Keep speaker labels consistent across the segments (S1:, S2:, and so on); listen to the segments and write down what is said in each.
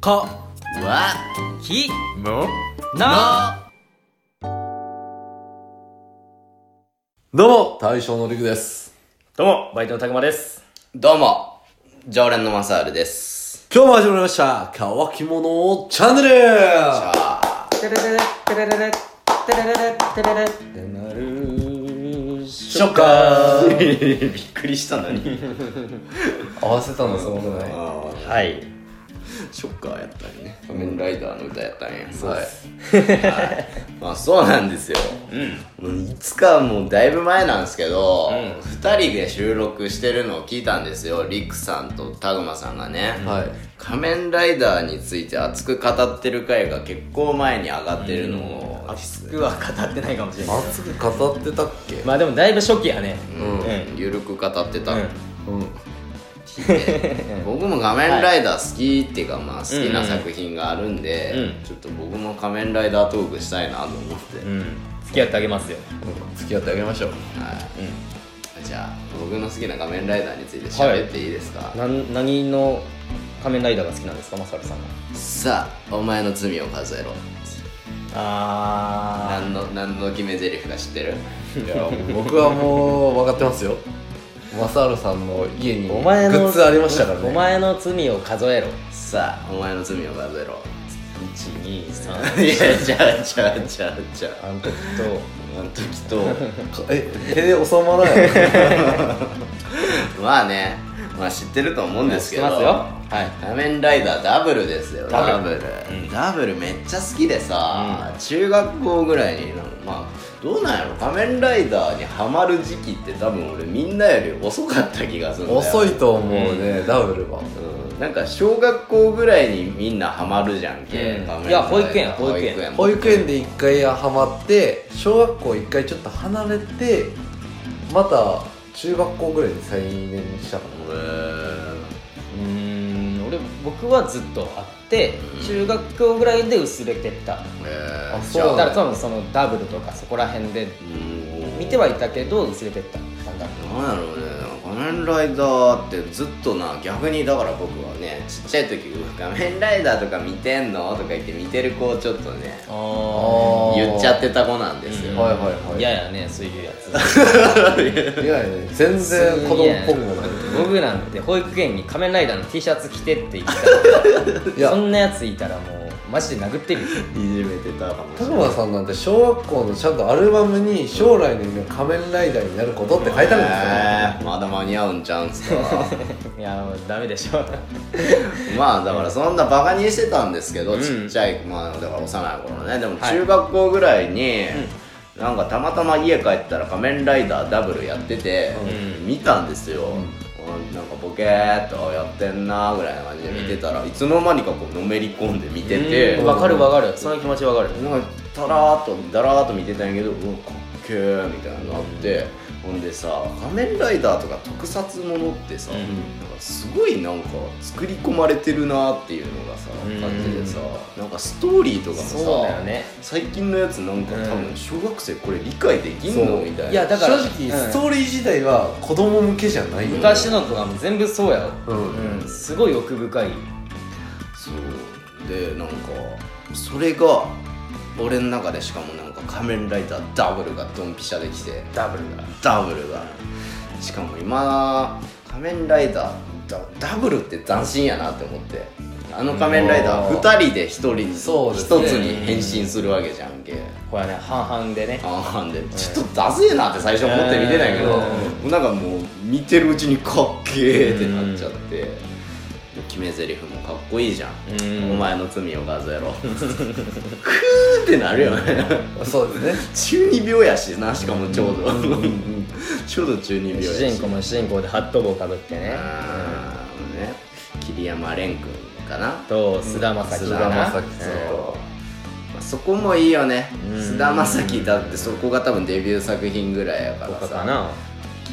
S1: か
S2: わ
S1: き
S2: も
S1: な
S3: どうも、大将のりくです。
S1: どうもバイトのたくまです
S2: どうも常連のマサールです
S3: 今日も始まりました、乾き物チャンネル
S2: さあ
S1: テレレレテレレレテレレレテレレってなる
S2: ショッカ ーびっくりしたのに
S3: 合わせたのすごくない
S1: はい
S2: ショッカーやったりね仮面ライダーの歌やったんやそう
S3: はい。
S2: まあそうなんですよ、うん、いつかもうだいぶ前なんですけど、二2人で収録してるのを聞いたんですよリクさんとタグマさんがね、
S3: はい
S2: 仮面ライダーについて熱く語ってる回が結構前に上がってるのを、
S1: 熱くは語ってないかもしれない
S3: 熱く語ってたっけ
S1: まあでもだいぶ初期やね
S2: うんゆるく語ってた、
S1: うん
S3: うん。
S2: 僕も「仮面ライダー」好きっていうか、まあ、好き
S1: うんうんう
S2: なん作品があるんで、
S1: うん
S2: ちょっと僕も「仮面ライダー」トークしたいなと思って、
S1: うん付き合ってあげますよ
S3: 付き合ってあげましょう。
S2: はいじゃあ僕の好きな「仮面ライダー」について喋っていいですか、
S1: なん何の仮面ライダーが好きなんですかマサルさんは
S2: さあお前の罪を数えろ
S1: あ
S2: 何の何の決め台詞か知ってる
S3: いや、僕はもう分かってますよ。マサールさんの家にグ
S1: お前の
S3: ッズありましたから
S1: お
S3: ね。
S1: 前の罪を数えろ
S2: さあお前の罪を数えろ
S1: 123
S2: いやじゃあじゃあじゃあじゃあ
S1: あの時と
S2: あの時 と
S3: え、手で収まらない。
S2: まあねまあ知ってると思うんですけど
S1: 知ってますよはい
S2: 仮面ライダーダブルですよ
S1: ダブル
S2: ダブルダブルめっちゃ好きでさ、中学校ぐらいになんかまあどうなんやろ仮面ライダーにハマる時期って多分俺みんなより遅かった気がするんだよ
S3: 遅いと思うね、ダブルは。
S2: うんなんか小学校ぐらいにみんなハマるじゃんけ、
S1: うん
S2: 仮面ライダー
S1: いや保育園保育園
S3: 保育園で一回ハマって、小学校一回ちょっと離れて、また中学校ぐらいに再燃したかな。
S2: うーん
S1: うーん俺僕はずっとあって中学校ぐらいで薄れてった
S2: え
S3: あ
S2: ー
S1: だ
S3: そう
S1: から多分そのダブルとかそこら辺で
S2: うん
S1: 見てはいたけど薄れてったなんだ
S2: なんやろうね仮面ライダーってずっとな逆にだから僕はねちっちゃい時「仮面ライダーとか見てんの?」とか言って見てる子をちょっとね
S3: あー
S2: 言っちゃってた子なんですよ、
S1: うん
S3: はいはいはい。
S1: 嫌やねそういうやつ
S3: いやいや全然子供っぽくもない
S1: 僕なんて保育園に仮面ライダーの T シャツ着てって言った
S3: い
S1: らそ
S3: や
S1: んなやついたらもうマジで殴ってるよ
S2: いじめてたかも
S3: 田熊さんなんて小学校のちゃんとアルバムに将来の夢仮面ライダーになることって書いてあ
S2: えーまだ間に合うんちゃうんすか
S1: いやもうダメでしょ
S2: まあだからそんなバカにしてたんですけど、
S1: うん
S2: ちっちゃいまあだから幼い頃ねでも中学校ぐらいに、なんかたまたま家帰ったら「仮面ライダーダブル」やってて、見たんですよ、うんなんかボケーっとやってんなーぐらいの感じで見てたら、いつの間にかこうのめり込んで見てて、
S1: うんわかるわかるその気持ちわかる
S2: なんかたらーっとだらーっと見てたんやけどうわかっけーみたいなのあって、ほんでさ「仮面ライダー」とか特撮ものってさ、
S1: うん
S2: なんかすごいなんか作り込まれてるなーっていうのがさ
S1: うん
S2: 感じでさ、なんかストーリーとかもさ
S1: そうだよね
S2: 最近のやつなんか多
S1: う
S2: 分小学生これ理解できん
S3: そ
S2: の
S3: う
S2: みたいな
S1: や
S3: るんです
S1: だ
S3: よ
S1: から
S3: 正直
S1: うん
S3: ストーリー自体は子供向けじゃないよね
S1: 昔のとかも全部そうや
S3: う
S1: ろ、
S3: ん
S1: うんすごい奥深い
S2: そうでなんかそれが俺の中でしかもなんか「仮面ライダーダブル」がドンピシャできて
S1: ダブルが
S2: ダブルがしかも今仮面ライダーダダブルって斬新やなって思ってあの仮面ライダー
S3: うん
S2: 2人で1人に
S3: そう
S2: 1
S3: です
S2: つ
S3: ね
S2: に変身するわけじゃんけ
S1: これはね半々でね
S2: あんでちょっとダセえなって最初思って見てないけど、なんかもう見てるうちにかっけえってなっちゃって、決め台詞もかっこいいじゃん、
S1: うん
S2: お前の罪を数えろクーってなるよね
S3: そうですね
S2: 中二病やしなしかもちょうどちょうど中二病や
S1: 主
S2: し
S1: 人公も主人公でハット帽かぶってね
S2: あーね桐山蓮君かな
S1: と菅田将暉だな
S3: 菅田将暉
S2: そうまあそこもいいよね
S1: うん
S2: 菅田将暉だってそこが多分デビュー作品ぐらいやか
S1: と
S2: ら
S1: かか
S2: さ
S1: な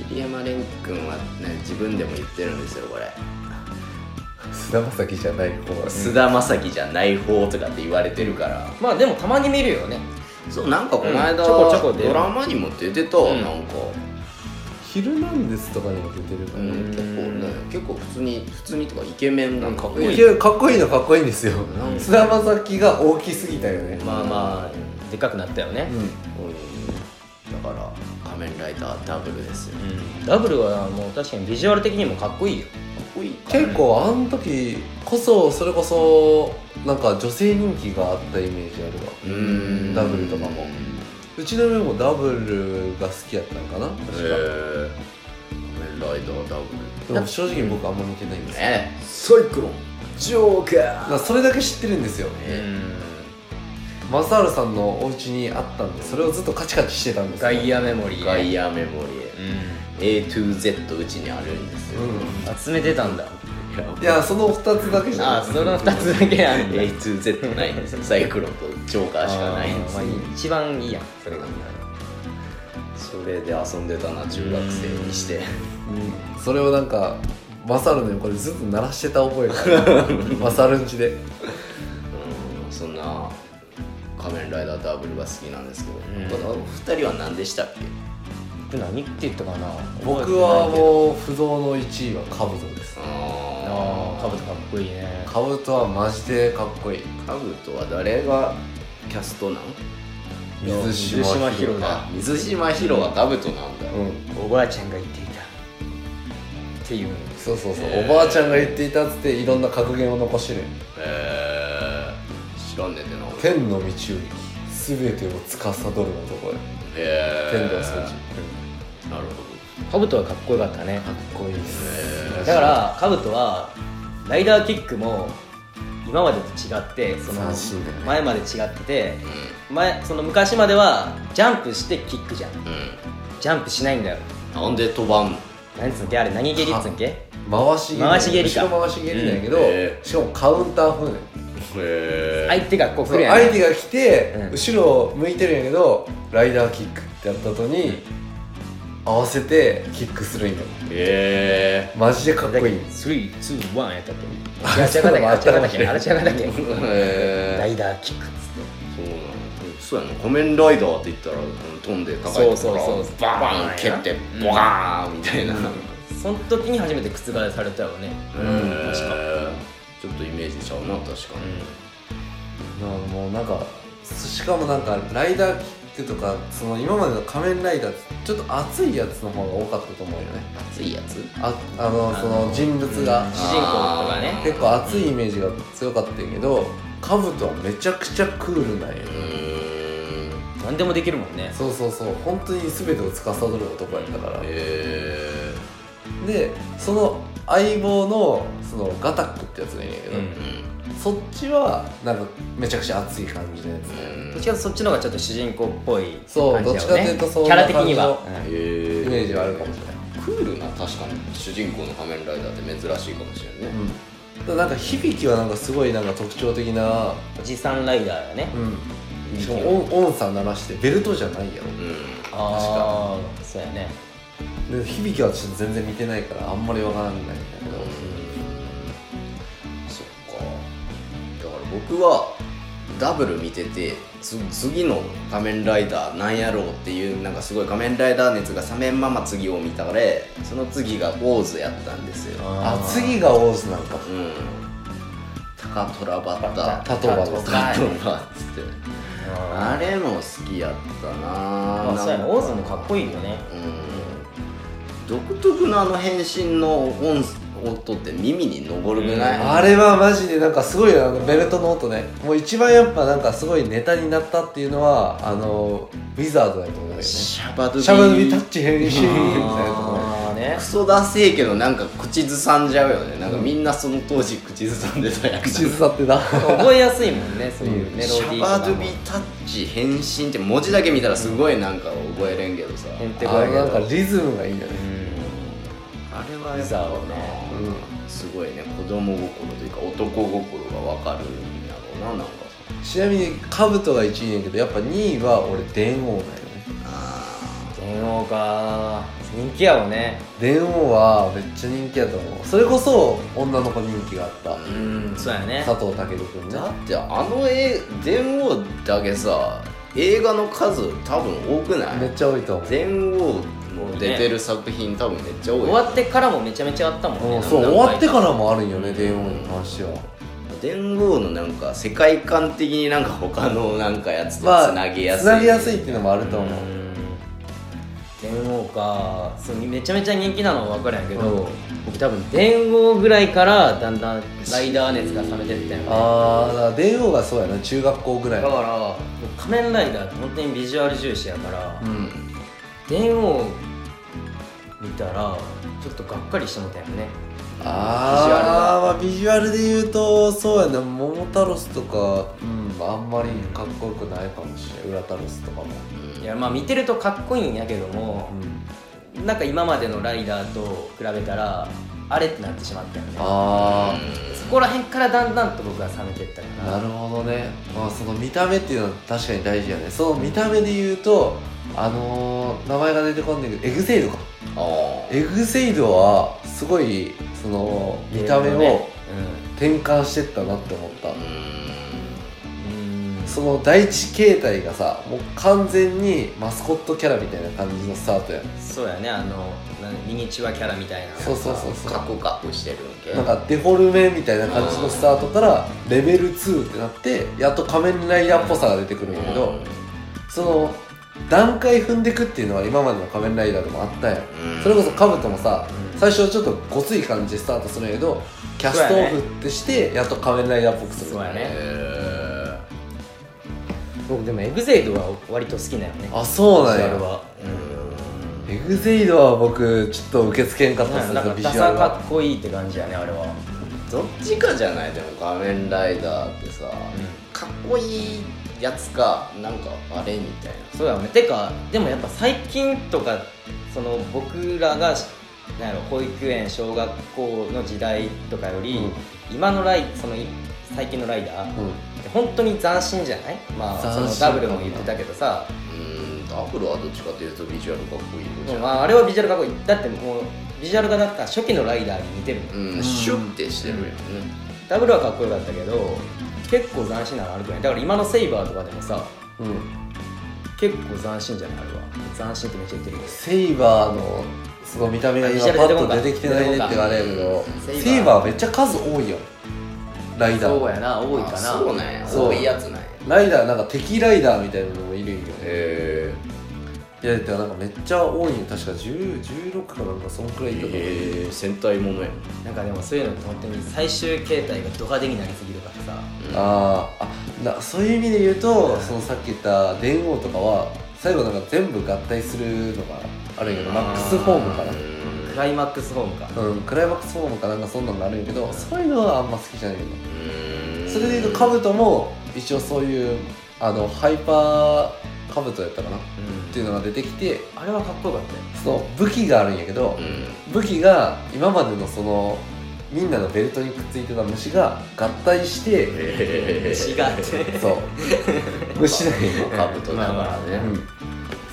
S2: 桐山蓮君はね自分でも言ってるんですよこれ
S3: 菅田将暉じゃない子が
S2: 菅田将暉じゃない方とかって言われてるから
S1: まあでもたまに見るよね
S2: そうなんかこの間
S1: うんちょこちょこ出る
S2: ドラマにも出てた
S1: うん
S2: なんか
S3: ルナンデス」とかにも出てるか
S2: う
S3: ら、
S2: ん、
S3: ね
S2: 結構ね結構普通に普通にとかイケメンなんか
S3: いけるかっこいいのかっこいいんですよ菅田将暉が大きすぎたよね、
S1: まあまあでかくなったよね、
S2: うんだから仮面ライダーダブルですよ
S1: うんダブルはもう確かにビジュアル的にもかっこいいよ
S2: かっこいいか
S3: 結構あの時こそそれこそなんか女性人気があったイメージあるわ
S2: うーん
S3: ダブルとかもうちの親もダブルが好きやったのかな
S2: へえ仮面ライダーダブル
S3: でも正直僕あんま見てないんですよ
S2: ねサイクロンジョー
S3: だ
S2: カ
S3: からそれだけ知ってるんですよ
S1: うん
S3: マサールさんのお家にあったんでそれをずっとカチカチしてたんですよ
S1: ガイアメモリーね
S2: ガイアメモリ
S1: うん
S2: ー A to Z うちにあるんですよ、
S1: 集めてたんだ
S3: うんいやその2つだけじゃ
S1: あ
S3: ない
S1: その2つだけなんだ
S2: A to Z ないんですよサイクロンとジョーカーしかないんです
S1: あ
S2: よ
S1: ーまあ一番いいやんそれが
S2: それで遊んでたな中学生にして
S3: うんそれをなんかマサールの横でずっと鳴らしてた覚え があるマサールんちで
S2: うんそんな仮面ライダーダブルが好きなんですけど、
S1: ん
S2: このお二人は何でしたっけ
S1: 僕何って言ったかな
S3: 僕はもう不動の1位はカブトです
S1: ああ
S2: あ
S1: カブトかっこいいね
S3: カブトはマジでかっこいい
S2: あカブトは誰がキャストなん
S3: 水島
S1: 水島
S3: ヒ
S1: ヒロ
S3: ロ
S1: だ
S2: あ水島ヒロはカブトなんだ、
S3: うん
S1: おばあちゃんが言っていたっていう
S3: そうそうそう、
S2: へー
S3: おばあちゃんが言っていたっつっていろんな格言を残してる
S2: えー、知らんねんてな俺
S3: 天の道より全てを司る男よ
S2: えー、
S3: 天道総司
S2: なるほ
S1: カブトはかっこよかったね
S3: かっこいいっす
S2: へ
S1: だからカブトはライダーキックも今までと違ってその
S3: 斬新だね
S1: 前まで違ってて
S2: ど
S1: 前その昔まではジャンプしてキックじゃん
S2: うん、
S1: ジャンプしないんだよ
S2: うん、なんで飛ばんの
S1: 何つうんけあれ何蹴りっつうんけ
S3: 回し蹴り
S1: 回し蹴りか
S3: 後ろ回し蹴りなんやけど、
S2: うんへー
S3: しかもカウンター風ね
S2: へ
S1: 相手がこう来るやん
S3: 相手が来て、
S1: うん
S3: 後ろを向いてるんやけどライダーキックってやった後に、合わせてキックするんよ
S2: え
S3: マジでかっこいい
S1: 321やったっ
S3: あ
S1: けあれ違 ったっけ
S3: そう
S1: あれ違ったっ
S3: あ
S1: けあれ違ったっけ
S2: ー、
S1: ラ
S2: え
S1: イダーキックっつって
S2: ー、そうなのそうやな仮面ライダーって言ったら飛んで高いところから
S1: そうそうそう
S2: バーン蹴ってボカーンみたいな、
S1: その時に初めて覆されたよね
S2: うん、確かちょっとイメージちゃうな確かに、
S3: なもうなんかしかもなんかライダーキックとかその今までの仮面ライダーってちょっと熱いやつの方が多かったと思うよね
S2: 熱いやつ
S3: ああのその人物
S1: う
S3: が
S1: ん主人公とかね
S3: 結構熱いイメージが強かったんやけどカブトはめちゃくちゃクールなんよ
S2: うーん
S1: 何でもできるもんね
S3: そうそうそう本当に全てを司る男やったから
S2: え
S3: でその相棒のそのガタックってやつがいいんやけど、
S1: うん
S2: ー、うん
S3: そっちはなんかめちゃくちゃ熱い感じのやつね、
S1: どっちかというとそっちの方がちょっと主人公っぽい感じだよ、ね、
S3: そうどっちかというとそん
S1: キ
S3: な
S1: ャラ
S3: 感じ
S1: 的
S3: の
S1: には、
S2: え
S3: イメージはあるかもしれない、
S2: クールな確かに主人公の仮面ライダーって珍しいかもしれないね、
S3: うん、だからなんか響きはなんかすごいなんか特徴的な、
S1: おじさんライダーやね、
S3: うん、しかも音音差鳴らしてベルトじゃないやろ
S2: うん
S1: ああそうやね
S3: で響きはちょっと全然見てないからあんまりわからないんだけど、
S2: そっかだから僕はダブル見ててつ次の「仮面ライダーなんやろう」っていうなんかすごい仮面ライダー熱が冷めんまま次を見たからその次が「オーズ」やったんですよ
S3: あ次がオーズなんか
S2: うん高虎バッタ
S3: タトバ
S2: タ
S3: と
S2: ト
S3: か
S2: バっつって
S1: あ
S2: あれも好きやったな
S1: ー、まあ、そうやねオーズもかっこ
S2: いい
S1: いいよ ね
S2: 独特のあの変身の音音って耳に残るぐらい、
S3: あれはマジでなんかすごいよあのベルトの音ねもう一番やっぱなんかすごいネタになったっていうのはあのウィザードだと思うよねシ
S2: シャバドゥビー
S3: ャブルビタッチ変身みたいなとこ
S1: あーね
S2: クソだせえけどなんか口ずさんじゃうよねなんかみんなその当時口ずさんでたやつ
S3: 口ずさってな
S1: 覚えやすいもんねそういうメロデ
S2: シ
S1: ィー
S2: ャ
S1: とか
S2: バ
S1: も
S2: ドゥビタッチ変身って文字だけ見たらすごいなんか覚えれんけどさ、
S1: へんて
S3: あ
S1: こや
S3: の
S1: け
S3: なんか
S1: ど
S3: リズムがいいよね
S2: あれはやっ
S1: ザ
S2: ぱ
S1: ーをね
S2: うんすごいね子供心というか男心が分かるんだろうななんかさ
S3: ちなみにカブトが1位やけどやっぱ2位は俺電王だよね
S2: あ
S1: 電王か人気やもんね
S3: 電王はめっちゃ人気やと思うそれこそ女の子人気があった
S1: うんそうやね
S3: 佐藤健君
S2: ー
S3: ね
S2: だってあの絵電王だけさ映画の数多分多くない
S3: めっちゃ多いと思う
S2: 全王もう出てる作品多分めっちゃ多い
S1: 終わってからもめちゃめちゃあったもんね
S3: う
S1: なん
S3: ん
S1: か
S3: そう終わってからもあるんよね電王に関しては
S2: 伝言のなんか世界観的になんか他のなんかやつと
S3: まあ
S2: つなぎやすい、
S3: つなぎやすいっていうのもあると思う
S1: 電王かそうめちゃめちゃ人気なのは分かるんやけど、僕多分電王ぐらいからだんだんライダー熱が冷めてったよね
S3: ああだから電王がそうやな中学校ぐら
S1: だ
S3: い
S1: から
S3: の
S1: もう仮面ライダーって本当にビジュアル重視やから、
S3: うん
S1: 電王見たらちょっとがっかりしてもたよね
S3: あーまあビジュアルで言うとそうやな桃太郎とか、うん、あんまりかっこよくないかもしれない裏太郎とかも、
S1: いやまあ見てるとかっこいいんやけども、なんか今までのライダーと比べたらあれってなってしまったよね
S3: あ
S1: そこら辺からだんだんと僕は冷めてったか
S3: あ
S1: ら
S3: なるほどねまあその見た目っていうのは確かに大事やねその見た目で言うとあのー名前が出てこんねんけどエグゼイドか
S2: あ
S3: エグゼイドはすごいその見た目を転換してったなって思った、
S2: ー
S1: うん
S3: その第一形態がさもう完全にマスコットキャラみたいな感じのスタートやん
S1: そうやねあのなミニチュアキャラみたいな
S3: そうそうそう
S2: う
S3: そ
S2: ん
S3: う
S2: カクカクしてるんけ
S3: なんかデフォルメみたいな感じのスタートからレベル2ってなってやっと仮面ライダーっぽさが出てくるんやけど、その段階踏んでくっていうのは今までの仮面ライダーでもあったやん
S2: うん
S3: それこそカブトもさ、
S1: うん
S3: 最初ちょっとごつい感じでスタートするんやけどキャストオフってしてやっと仮面ライダーっぽくする
S1: そうやね
S2: え
S1: 僕でもエグゼイドは割と好きなよね
S3: あそうなん
S1: ビジュア
S3: や
S1: ルは
S3: エグゼイドは僕ちょっと受け付けんかったっす
S1: なん
S3: ね
S1: か
S3: ビジ
S1: ダ
S3: ュア
S1: サ
S3: ル
S1: か
S3: は
S1: っこいいって感じやねあれは
S2: ーどっちかじゃないでも仮面ライダーってさ、
S1: ん
S2: かっこいいやつかなんかあれみたい
S1: そうやねてかでもやっぱ最近とかその僕らがなんやろ保育園小学校の時代とかより、
S3: うん
S1: 今のライそのい最近のライダーっ
S3: うん
S1: て本当に斬新じゃないまあそ
S3: 斬
S1: の
S3: 新
S1: ダブルも言ってたけどさ
S2: なうんダブルはどっちかというとビジュアルかっこいい方じゃん、
S1: まあ、あれはビジュアルかっこいいだってもうビジュアルがなんか初期のライダーに似てるもん
S2: うん、シュッてしてるよね、
S1: ダブルはかっこよかったけど結構斬新なのあるくないだから今のセイバーとかでもさ
S3: うん
S1: 結構斬新じゃないあれは斬新ってめっちゃ言ってるけど
S3: セイバーのその見た目が今
S1: ビジュ
S3: パ
S1: アル出てこん
S3: ッ
S1: か
S3: と出てきてないねってあれや
S1: 出
S3: けど
S1: てこんか
S3: セイバーめっちゃ数多いよライダー
S1: やな多
S2: あそうなんや
S3: そう
S2: 多いやつなんや
S3: ライダーなんか敵ライダーみたいなのもいるんよね
S2: へ
S3: いやだってなんかめっちゃ多いんよ確か10 16かなんかそんくらいいたと思う
S2: え戦隊ものや
S1: なんかでもそういうのって本当に最終形態がド派手になりすぎるからさ
S3: あーあなそういう意味で言うとそのさっき言った電王とかは最後なんか全部合体するのがあるんやけどマックスフォームかな
S1: クライマックスホームか
S3: うん、クライマックスフォームかなんかそんなのがあるんやけどそういうのはあんま好きじゃないの
S2: うん
S3: それで言うとカブトも一応そういうあのハイパーカブトやったかなっていうのが出てきて
S1: あれはかっこよかったよ
S3: その武器があるんやけど
S2: うん
S3: 武器が今までのそのみんなのベルトにくっついてた虫が合体して
S2: へ
S1: 違
S2: ー
S1: って
S3: そう虫だよ
S2: まあ兜だからね、
S3: うん、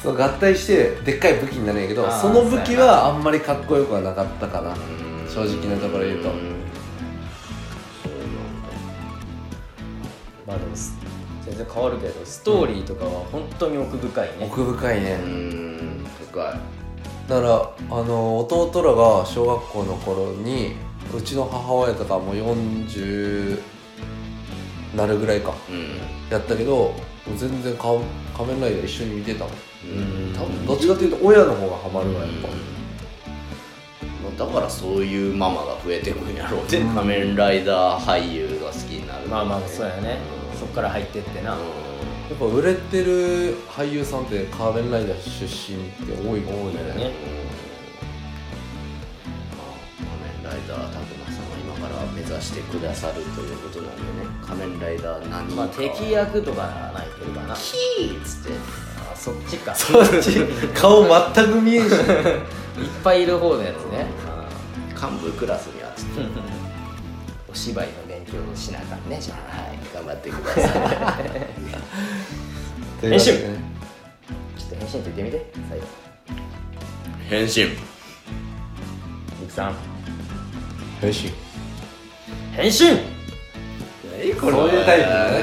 S3: そう合体してでっかい武器になるんやけど
S1: あー
S3: その武器はあんまりかっこよくはなかったかな
S2: うん
S3: 正直なところ言うと
S2: んそうなんだ
S1: まあでもす全然変わるけどストーリーとかは本当に奥深いね
S3: 奥深いね
S2: うん深
S3: だからあの弟らが小学校の頃にうちの母親とかもう40なるぐらいか
S2: いうん
S3: やったけどもう全然か仮面ライダー一緒に見てたもん
S2: うん多分
S3: どっちかっていうと親の方がハマるわやっぱ
S2: うんだからそういうママが増えてくんやろうね、仮面ライダー俳優が好きになる
S1: まあまあそうやねそっから入ってってな
S3: や
S2: う
S3: っぱ売れてる俳優さんって仮面ライダー出身って多
S1: ね
S3: いもんね
S2: んまあ仮面ライダーたくまさんは今から目指してくださるということなんでね仮面ライダー何人
S1: まあ
S2: か
S1: 敵役とかならないけどかな
S2: キーっつって
S1: あそっちか
S3: そうだし顔全く見えんし
S1: いっぱいいる方のやつね
S2: 幹部クラスにはちょっと
S1: お芝居の勉強をしなあかんねじゃあ
S2: はい頑張ってくださ
S3: というわけで
S1: 編集ちょっと返信って言ってみて最後
S2: い変身
S1: ミクさん
S3: 編集
S1: 変身
S2: 何これ
S3: そういうタイプだね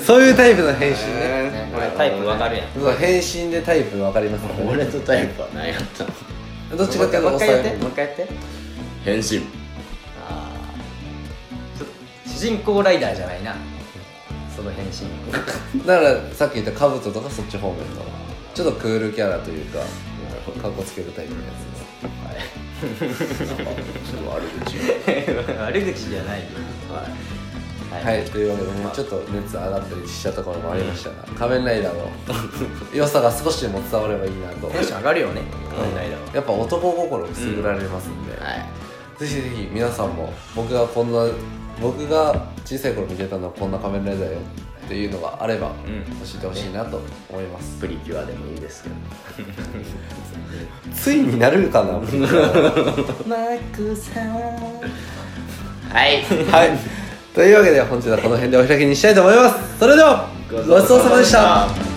S2: ね
S3: そういうタイプの編集ね
S2: ね
S1: タイプわかるやん
S3: そう変身でタイプ分かりますから
S2: 俺
S3: ね
S2: とタイプは何やったの
S3: どっちかっていうと
S1: もう一回やってもう一回やって
S2: 変身
S1: あーちょっと主人公ライダーじゃないなその変身
S3: だからさっき言ったカブトとかそっち方面のちょっとクールキャラというかかっこつけるタイプのやつ
S2: ちょ っと悪口を
S1: 悪口じゃないよ
S2: はい
S1: は
S3: はい、というわけでもうちょっと熱上がったりしたところもありましたが、仮面ライダーの良さが少しでも伝わればいいなと
S1: テンション上がるよね仮面ライダーは
S3: やっぱ男心くすぐられますんで、
S2: はい
S3: ぜひぜひ皆さんも僕がこんな僕が小さい頃見てたのはこんな仮面ライダーよっていうのがあれば
S1: ん
S3: 教えてほしいなと思います、
S2: プリキュアでもいいですけど
S3: ついになるかなは
S1: マックさん
S2: はい
S3: いというわけで本日はこの辺でお開きにしたいと思いますそれではごちそうさまでした